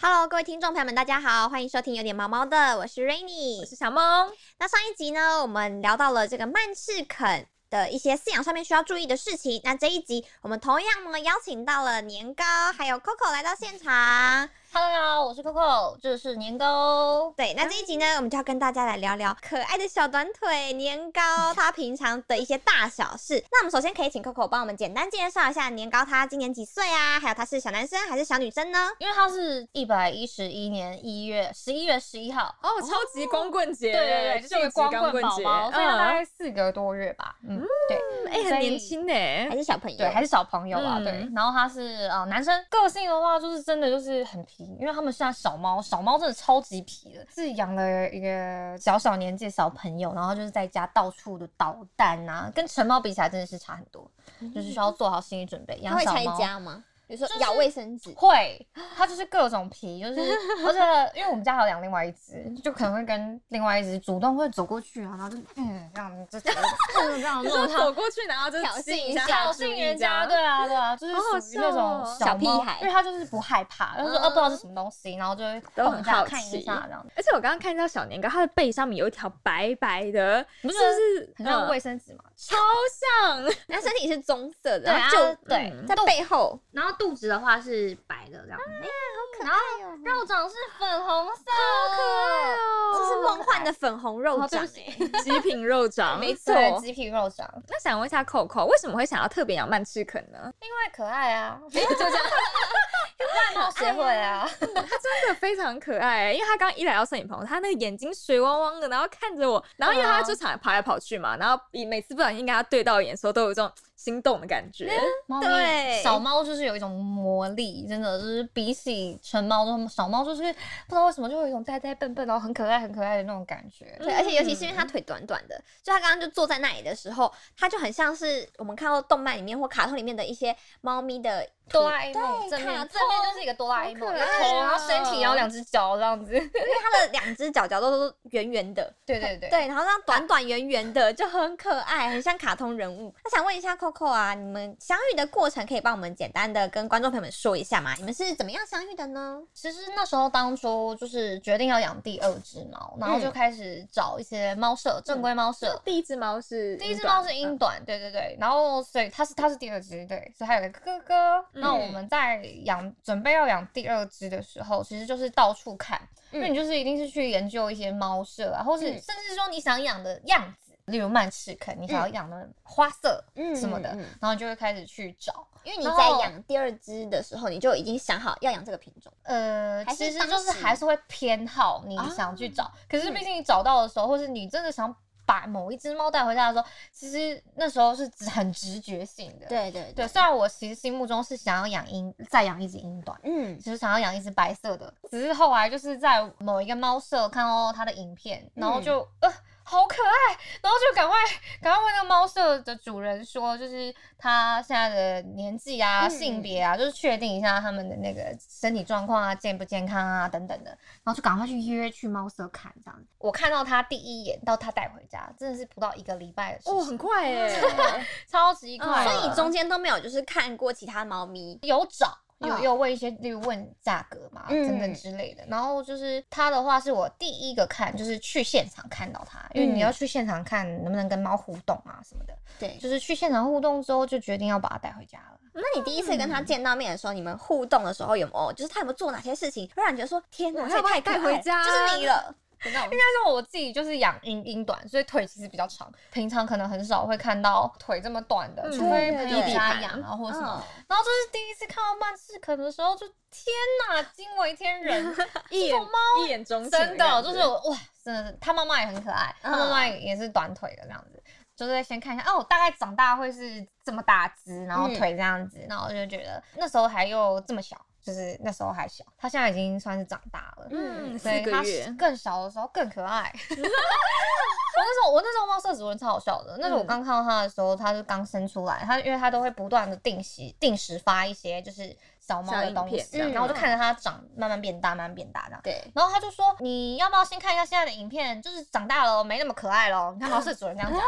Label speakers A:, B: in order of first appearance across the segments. A: Hello，各位听众朋友们，大家好，欢迎收听有点毛毛的，我是 Rainy，
B: 我是小梦。
A: 那上一集呢，我们聊到了这个曼氏肯的一些饲养上面需要注意的事情。那这一集我们同样呢邀请到了年糕还有 Coco 来到现场。
B: Hello，大家好，我是 Coco，这是年糕。
A: 对，那这一集呢，我们就要跟大家来聊聊可爱的小短腿年糕，它平常的一些大小事。那我们首先可以请 Coco 帮我们简单介绍一下年糕，他今年几岁啊？还有他是小男生还是小女生呢？
B: 因为它是一百一十一年一月十一月十一号，
C: 哦，超级光棍节，
B: 对对对，
C: 就
B: 就是是光
C: 棍
B: 棍宝
C: 节，
B: 宝，所以它大概
C: 嗯，
B: 四个多月吧。嗯，对，
C: 哎，
B: 所
C: 很
B: 以
C: 年轻呢，
A: 还是小朋友？
B: 对，还是小朋友啊，
C: 嗯
B: 对。然后他是呃男生，个性的话就是真的就是很皮，因为他们现在小猫，小猫真的超级皮的，是养了一个小小年纪的小朋友，然后就是在家到处的捣蛋啊，跟成猫比起来真的是差很多，就是需要
C: 嗯
B: 做好心理准备。
A: 他
B: 养
A: 会
B: 小
A: 拆
B: 猫
A: 家吗？比如说
B: 就是
A: 咬卫生纸？
B: 会，它就是各种皮， 就是而且因为我们家还有养另外一只，就可能会跟另外一只主动会走过去啊，然后就嗯这样 子，就这样
C: 你
B: 弄
C: 说
B: 它
C: 走。过去，然后就
A: 挑
C: 吸
A: 衅
C: 引一
A: 一
C: 下
A: 下
B: 挑
C: 注意
B: 衅人
C: 这样
B: 家，对啊，对啊，就是
C: 好好
B: 属于那
C: 笑
B: 种
C: 哦
A: 小屁
B: 猫
A: 孩
B: 因为它就是不害怕，就是呃不知道是什么东西，然后就会
C: 都
B: 往
C: 很
B: 家
C: 好
B: 看一
C: 奇
B: 下这样，
C: 而且我刚刚看到小年糕，它的背上面有一条白白的，
B: 你不
C: 是
B: 觉得
C: 不是
B: 很像
C: 嗯
B: 卫生纸嘛，
C: 超像？
A: 那身体是棕色的，
B: 对
A: 然
B: 啊
A: 后就、
B: 对
C: 嗯
A: 在背后，
B: 然后肚子的话是白的这样，
A: 可爱哦，
B: 肉掌是粉红色，
A: 这是梦幻的粉红肉
B: 哦对
A: 掌
B: 不
A: 哎、
C: 极品肉 掌，
A: 没错
B: 对，鸡皮肉掌，
C: 那想问一下扣扣，为什么会想要特别养曼赤肯呢？
B: 因为可爱 啊，就这样，外貌协会啊，
C: 它真的非常可爱、因为它刚一来到摄影棚，它那个眼睛水汪汪的，然后看着 我，然后因为它就常跑来跑去嘛，然后每次不小心跟它对到眼的时候，都有一种心动的感觉。
B: 猫
A: 对
B: 咪啊小猫就是有一种魔力，真的就是比起成猫，的小猫就是不知道为什么就会有一种呆呆笨笨，然后很可爱很可爱的那种感觉。
A: 对，而且尤其是因为他腿短短的，就他刚刚就坐在那里的时候，他就很像是我们看到动漫里面或卡通里面的一面的一些猫咪的图
B: 哆啦 A 梦
A: 对
B: 正面
A: 卡
B: 正面就是一个哆啦 A
A: 好
B: 梦，
A: 可
B: 一
A: 爱
B: 个头，然后身体，然后两只脚这样子。
A: 因为它的两只脚脚都都圆圆的，
B: 对 对对，
A: 对，然后那样短短圆圆的就很可爱，很像卡通人物。那想问一下 Coco 啊，你们相遇的过程可以帮我们简单的跟观众朋友们说一下吗？你们是怎么样相遇的呢？
B: 其实那时候当初就是决定要养第二只猫，然后就开始找一些猫舍，正规猫舍。
C: 第一只猫是
B: 第一只猫是英短，对对对，然后所以它是它是第二只，对，所以它有个哥哥。
C: 嗯
B: 那我们在养准备要养第二只的时候，其实就是到处看，
A: 嗯
B: 因为你就是一定是去研究一些猫舍啊，或是
A: 嗯
B: 甚至说你想养的样子，例如曼赤肯，你想要养的花色
A: 嗯
B: 什么的，
A: 嗯嗯
B: 然后就会开始去找。
A: 因为你
B: 然
A: 在
B: 后
A: 养第二只的时候，你就已经想好要养这个品种。
B: 呃，
A: 还是
B: 其实
A: 当
B: 就是
A: 时
B: 还是会偏好你
A: 啊
B: 想去找，可是
A: 嗯
B: 毕竟你找到的时候，或是你真的想把某一只猫带回家的时候，其实那时候是只很直觉性的。
A: 对对
B: 对，虽然我其实心目中是想要养英，再养一只英短。
A: 嗯
B: 只是想要养一只白色的，只是后来就是在某一个猫舍看到它的影片，然后就、
A: 嗯
B: 呃好可爱，然后就赶快赶快问那个猫舍的主人说，就是它现在的年纪啊、
A: 嗯
B: 性别啊，就是确定一下他们的那个身体状况啊、健不健康啊等等的，然后就赶快去约去猫舍看这样子。我看到它第一眼到它带回家，真的是不到一个礼拜的事情，
C: 哦，很快
B: 嗯
C: 哎、
B: 超级快
C: 嗯
B: 的，
A: 所以你中间都没有就是看过其他猫咪，
B: 有找。有
A: 嗯
B: 有问一些，例如问价格嘛，
A: 嗯
B: 等等之类的。然后就是它的话，是我第一个看，就是去现场看到它，因为
A: 嗯
B: 你要去现场看能不能跟猫互动啊什么的。
A: 对。
B: 就是去现场互动之后，就决定要把它带回家了。
A: 那你第一次跟它见到面的时候，你们互动的时候有没有就是它有没有做哪些事情，会让你觉得说天哪，
C: 我
A: 这也
C: 要把
A: 太
C: 你
A: 可爱
C: 带回
A: 了
C: 家
A: 就是你了。
B: 应该说我自己就是养英英短，所以腿其实比较长，平常可能很少会看到腿这么短的，
C: 嗯
B: 除非
A: 对
B: 朋
A: 对
B: 友
A: 对
B: 家养啊或者什么。然后就是第一次看到曼氏肯的时候，就天哪，惊为天 人！
C: 一眼一眼钟情
B: 真的
C: 感觉
B: 就是我哇，真的是他妈妈也很可爱，
A: 嗯
B: 他妈妈也是短腿的这样子，就是先看一下哦，大概长大会是这么大只，然后
A: 嗯
B: 腿这样子，然后我就觉得那时候还又这么小，就是那时候还小，他现在已经算是长大了，
C: 嗯，四
B: 所以
C: 个
B: 他
C: 月，
B: 更小的时候更可 爱。我那时候我那时候猫舍主人超好笑的，那
C: 嗯
B: 时候我刚看到它的时候，它就刚生出来，它因为它都会不断的定时定时发一些就是小猫
C: 小
B: 的
C: 影
B: 东
C: 片
B: 西，啊
C: 这样
B: 然后我就看着它长慢慢变大，慢慢变大这样。
A: 对，
B: 然后他就说：“ 你要不要先看一下现在的影片？就是长大了哦，没那么可爱了哦。”你看毛氏主人这样讲，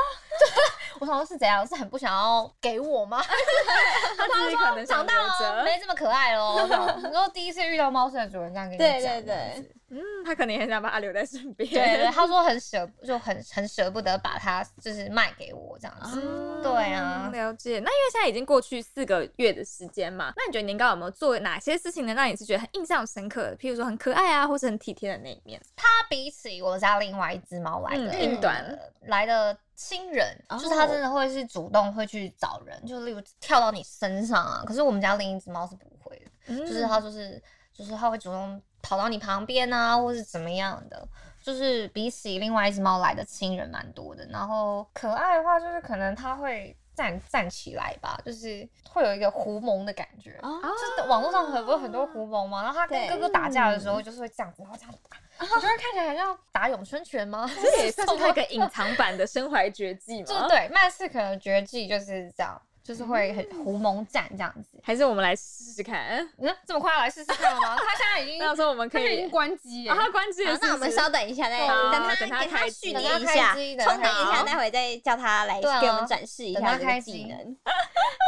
B: 我想说是怎样，是很不想要给我吗？
C: 他自己可能
B: 长
C: 想
B: 大了哦
C: 留着，
B: 没这么可爱喽。这样你说第一次遇到猫舍的主人这样跟你讲，
A: 对对对，
C: 嗯，他可能也很想把它留在身边。
B: 对 对，他说很舍，就很很舍不得把它就是卖给我这样子。
C: 嗯
B: 对啊
C: 了解。那因为现在已经过去四个月的时间嘛，那你觉得年糕有没有做哪些事情能让你是觉得很印象深刻的？譬如说很可爱啊，或是很体贴的那一面？
B: 它比起我家另外一只猫来的
C: 嗯硬短
B: 呃来的亲人，
C: 哦
B: 就是它真的会是主动会去找人，就例如跳到你身上啊。可是我们家另一只猫是不会的，
C: 就
B: 就是它就是就是它会主动跑到你旁边啊，或是怎么样的。就是比起另外一只猫来的亲人蛮多的，然后可爱的话就是可能它会站站起来吧，就是会有一个狐萌的感觉。
A: 哦
B: 就是网络上很不是很多狐萌嘛，然后他跟
A: 对
B: 哥哥打架的时
C: 嗯
B: 候就是会这样子，然后这样打，我觉得看起来很像打咏春拳吗？
C: 这 也算是他一个隐藏版的身怀绝技嘛？
B: 就对，麦氏可能绝技就是这样，就是会
C: 嗯
B: 很狐萌战这样子。
C: 还是我们来试试看。
B: 嗯，这么快要来试试看了吗？他现在已经
C: 那时候我们
B: 他
C: 可
B: 现在已
C: 以
B: 经，关机耶
C: 然。后关
B: 啊
C: 机
A: 好
C: 了，，
A: 那我们稍等一下，再
C: 好
A: 等他
C: 等他
A: 给他
C: 开
A: 蓄力
C: 机
B: 等他
A: 一
B: 开
A: 下，
B: 机
A: 充
B: 等他
A: 能一
B: 开
A: 下，
B: 机
A: 待会再叫他来
B: 对啊
A: 给我们展示一
B: 等他
A: 下这
B: 开
A: 个
B: 机
A: 技 能。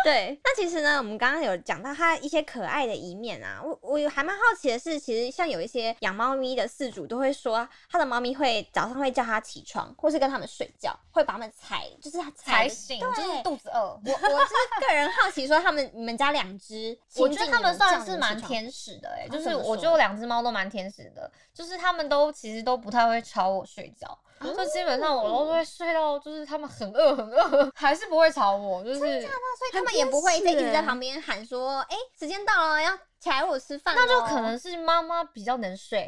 A: 对，那其实呢，我们刚刚有讲到它一些可爱的一面啊，我我有还蛮好奇的是，其实像有一些养猫咪的饲主都会说，他的猫咪会早上会叫它起床，或是跟它们睡觉，会把它们踩，就是它
B: 才
A: 踩得
B: 醒，
A: 对
B: 就是肚子饿。
A: 我我就是个人好奇，说他们你们家两只，
B: 我
A: 亲
B: 觉得
A: 近
B: 他
A: 你
B: 们
A: 叫
B: 算
A: 你
B: 是
A: 起
B: 蛮
A: 床
B: 天使的、
A: 啊
B: 欸，就
A: 怎
B: 是
A: 么
B: 我觉
A: 说
B: 得我两只猫都蛮天使的，就是他们都其实都不太会吵我睡觉，
A: 哦
B: 就基本上我都会睡到，就是他们很饿很饿， 还是不会吵我，就是
A: 那所以他
C: 很
A: 们也
C: 天
A: 不会在一
C: 使
A: 直在
C: 欸
A: 旁边喊说，哎、时间到了，要起来喂我吃饭咯。
B: 那就可能是妈妈比较 能睡，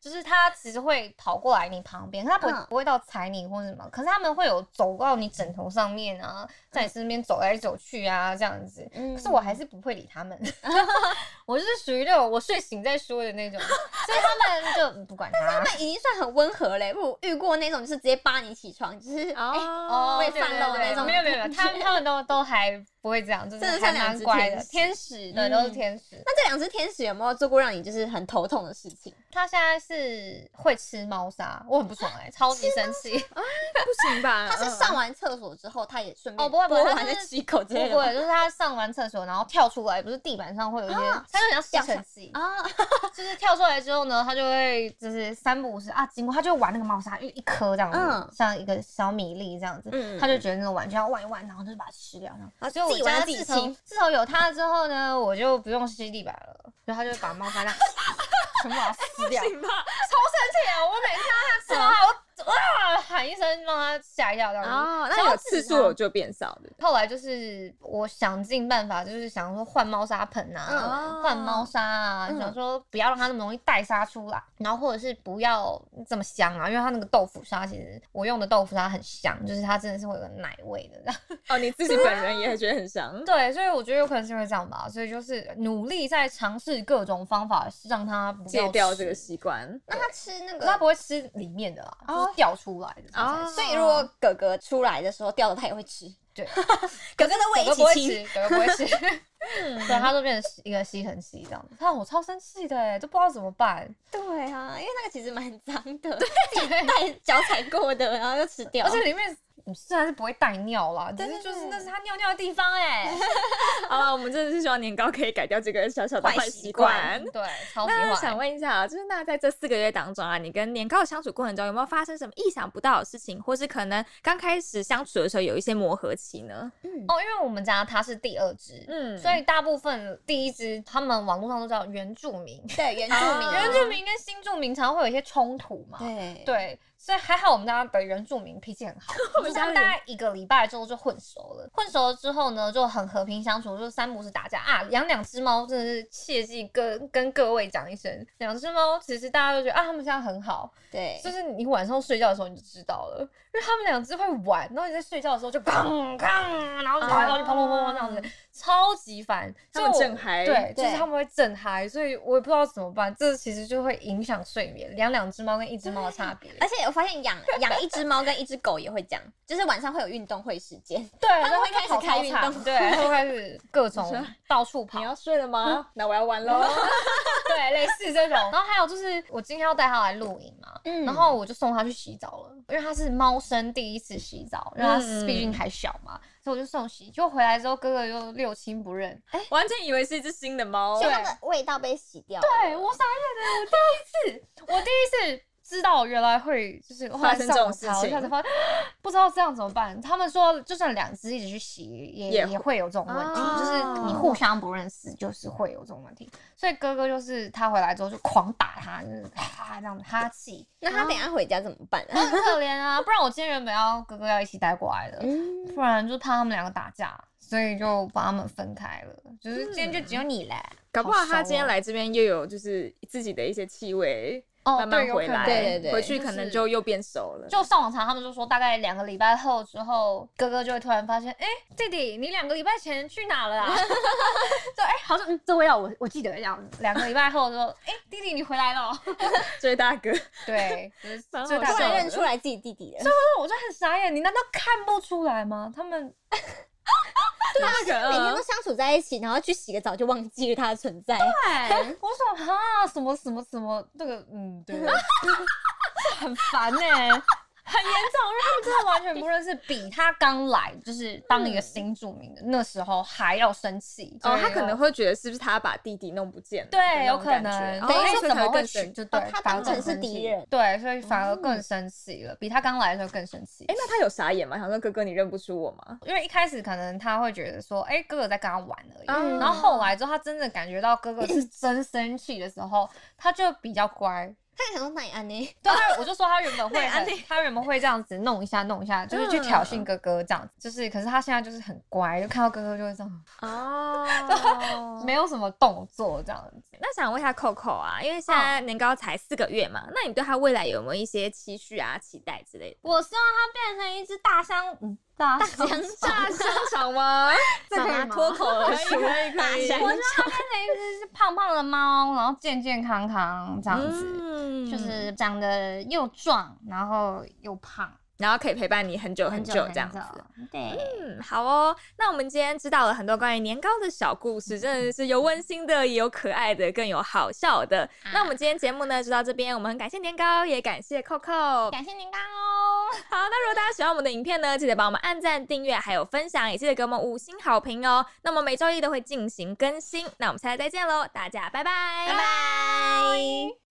B: 就是它其实会跑过来你旁边，可它不会、
A: 嗯
B: 不会到踩你或者什么，可是他们会有走到你枕头上面啊，在你身边走来走去啊这样子。
A: 嗯
B: 可是我还是不会理他们， 我就是属于那种我睡醒再说的 那种，所以他们就嗯不管他。
A: 那已经算很温和嘞。我遇过那种就是直接扒你起床，就是哎，
C: 哦
A: 喂
B: 对对
A: 饭
B: 对
A: 漏的那种
B: 没有没有没有，他 们他们都都还不会这样，就 是
A: 真的
B: 还
A: 算两
B: 蛮
A: 只
B: 乖
A: 天
B: 的，
A: 使嗯
B: 天使嗯对都是天使。
A: 那这两只天使有没有做过让你就是很头痛的事情？
B: 他现在是会吃猫砂，我很不爽哎、 超级生气。
C: 不行吧？嗯
A: 它是上完厕所之后，它也顺便
B: 嗯哦不会不会
A: 剥
B: 它
A: 完再
B: 就是
A: 吃一口之
B: 不
A: 类的吗
B: 会，就是他上完厕所，然后跳出来，不是地板上会有一些，
A: 啊
B: 他就很像吸尘器，
A: 啊，
B: 就是跳出来之后呢，他就会就是三不五时啊经过，他就会玩那个猫砂，一一颗这样子，
A: 嗯
B: 像一个小米粒这样子，
A: 嗯啊
B: 他就觉得那个玩具要玩一玩，然后就是把它吃掉。然后，所以
A: 自己
B: 我
A: 玩
B: 家
A: 自己
B: 自从
A: 清
B: 自从有它之后呢，我就不用吸地板了，所以他就会把猫砂这样 全部把它撕 掉。
C: 行吧？
B: 超生气啊！我每次看到他吃完，我啊喊一声，让他吓一跳，这样子。
C: 哦，
B: 超
C: 那有
B: 级
C: 次数
B: 他
C: 有就变少的。
B: 后来就是我想尽办法，就是想说换猫砂盆啊
C: 嗯，
B: 换猫砂啊，
A: 嗯
B: 想说不要让它那么容易带沙出来，然后或者是不要这么香啊，因为它那个豆腐砂其实我用的豆腐砂很香，就是它真的是会有个奶味的这 样。
C: 哦，你自己本人也觉得很想。
B: 对，所以我觉得有可能是因为这样吧，所以就是努力在尝试各种方法让它不要
C: 戒掉
B: 吃
C: 这个，习惯，
A: 那它吃那
B: 可是它
A: 个。
B: 不会吃里面的啦，啊就是掉出来的它才吃
C: 哦
A: 所以如果哥哥出来的时候掉了，它也会吃。
B: 对，
A: 哥哥的胃
B: 狗狗不
A: 一
B: 会
A: 起清。
B: 吃，狗狗不会 吃，对，它就变成一个吸尘器这样子。看我超生气的欸，都不知道怎么办。
A: 对啊，因为那个其实蛮脏的， 自己带脚踩过的，然后又吃掉。
B: 而且里面嗯虽然是不会带尿啦，只
A: 对
B: 是
A: 对
B: 就是
A: 对
B: 那是它尿尿的地方哎，
C: 好了，我们真的是希望年糕可以改掉这个小小的
A: 坏
C: 坏
A: 习
C: 习
A: 惯
C: 惯。
B: 对，超级坏
C: 那想。问一下，就是那在这四个月当中啊，你跟年糕的相处过程中，有没有发生什么意想不到的事情，或是可能刚开始相处的时候有一些磨合期呢？
B: 哦，因为我们家它是第二只，
C: 嗯
B: 所以大部分第一只他们网络上都叫原住民，
A: 对原住民，
C: 啊
B: 原住民跟新住民常常会有一些冲突嘛。
A: 对
B: 对，所以还好我们家的原住民脾气很好，我们
C: 们家
B: 家
C: 人
B: 大概一个礼拜之后就混熟了。混熟了之后呢，就很和平相处，就是三不是打架啊。养两只猫真的是切记跟跟各位讲一声，两只猫其实大家都觉得啊，他们现在很好，
A: 对
B: 就是你晚上睡觉的时候你就知道了，因为他们两只会玩，然后你在睡觉的时候就咣咣，然后就跑来跑去，砰砰砰砰这样子，超级烦。
C: 他们
B: 所以我
C: 正嗨
B: 对，就是
A: 对
B: 他们会正嗨，所以我也不知道怎么办，这其实就会影响睡眠。两两只猫跟一只猫的差别，
A: 而且我发现养 养一只猫跟一只狗也会这样，就是晚上会有运动会时 间，
B: 对，
A: 们
B: 然后
A: 会开始
B: 跑操
A: 开运
B: 场
A: 动
B: 对，他们会开始各种到处跑
C: 你。要睡了吗？那我要玩喽。
B: 对，类似这种。然后还有就是，我今天要带它来露营嘛，
A: 嗯
B: 然后我就送它去洗澡了，因为它是猫生第一次洗澡，因为它
C: 嗯
B: 毕竟还小嘛，所以我就送洗。就回来之后，哥哥又六亲不认，
C: 完全以为是一只新的猫。
A: 就它的味道被洗掉了。
B: 对我傻眼了，我第一次，我第一次知道原来会就是后来上网查我一下才发现不知道这样怎么办。他们说，就算两只一起去洗，也
C: 也
B: 也会有这种问题，
C: 哦
B: 就是你互相不认识，就是会有这种问题。所以哥哥就是他回来之后就狂打他，就是哈这样子哈气，
A: 那它等一下回家怎么办啊？
B: 很可怜啊。不然我今天原本要哥哥要一起带过来的，
A: 嗯，
B: 不然就怕他们两个打架，所以就把他们分开了。就是今天
C: 嗯
B: 就只有你来。
C: 搞不好
B: 好熟
C: 它
B: 哦
C: 今天来这边又有就是自己的一些气味，
B: 哦，
C: 慢慢
B: 对有可
C: 回
B: 能
C: 来，
A: 对对对
C: 回去可能就又变熟了。
B: 就上网查，他们就说大概两个礼拜后之后，哥哥就会突然发现，哎、弟弟，你两个礼拜前去哪了啊？ 就哎、好像嗯这味道我我记得这样子。两个礼拜后说，哎、弟弟你回来了哦。
C: 追大 哥，
B: 对，就是
C: 蛮好
B: 最大
A: 突
C: 笑
A: 然
C: 的
A: 认出来自己弟弟了。
B: 那我就很傻眼，你难道看不出来吗？他们
C: 大
A: 每天
C: 哥
A: 都，相处在一起，然后去洗个澡就忘记了它的存在。
B: 嗯
C: 哎
B: 对，我说哈什么什么什么那个嗯 对，很烦呢、
C: 欸
B: 很严重，因为他们真的完全不认识，比他刚来就是当一个新住民的、那时候还要生气
C: 嗯哦，
B: 对
C: 他可能会觉得是不是他把弟弟弄不见了？
B: 对，有
C: 有哦
B: 可能，
C: 等
B: 等
A: 于
B: 于
A: 说
B: 怎么会
C: 生
B: 取
C: 气
B: 就嗯对，
A: 他
B: 反而
A: 当成
B: 更
A: 是
B: 生
A: 敌
B: 气
A: 人
B: 对，所以反而更生气了，比他刚来的时候更生气
C: 哎、。那他有傻眼吗？想说哥哥你认不出我吗？
B: 因为一开始可能他会觉得说，哎、哥哥在跟他玩而已。
C: 嗯
B: 然后后来之后，他真的感觉到哥哥 是真生气的时候，他就比较乖。
A: 他也想说奶安呢，
B: 对，嗯他我就说他原本会
A: 对啊
B: 很，他原本会这样子弄一下弄一下，就是去挑衅哥哥这样子。就是，可是他现在就是很乖，就看到哥哥就会这样，
C: 哦
B: 没有什么动作这样子。
C: 那想问一下 Coco 啊，因为现在年糕才四个月嘛，那你对他未来有没有一些期许啊、期待之类的？
B: 我希望他变成一只大香，嗯，大香
C: 大香肠吗？
B: 这可以吗
C: 脱口而出，
A: 可以可以
C: 大
B: 我
C: 香
B: 觉得它变成一只胖胖的猫，然后健健康康这样子，
C: 嗯
B: 就是长得又壮，然后又胖，
C: 然后可以陪伴你很久很久
B: 很
C: 这样子。
B: 对，
C: 嗯，好哦。那我们今天知道了很多关于年糕的小故事，真的是有温馨的，也有可爱的，更有好笑的。那我们今天节目呢就到这边，我们很感谢年糕，也感谢 Coco。
B: 感谢您刚哦，
C: 好，那如果大家喜欢我们的影片呢，记得帮我们按赞、订阅，还有分享，也记得给我们五星好评哦。那么每周一都会进行更新，那我们下次再见喽，大家拜拜，拜拜。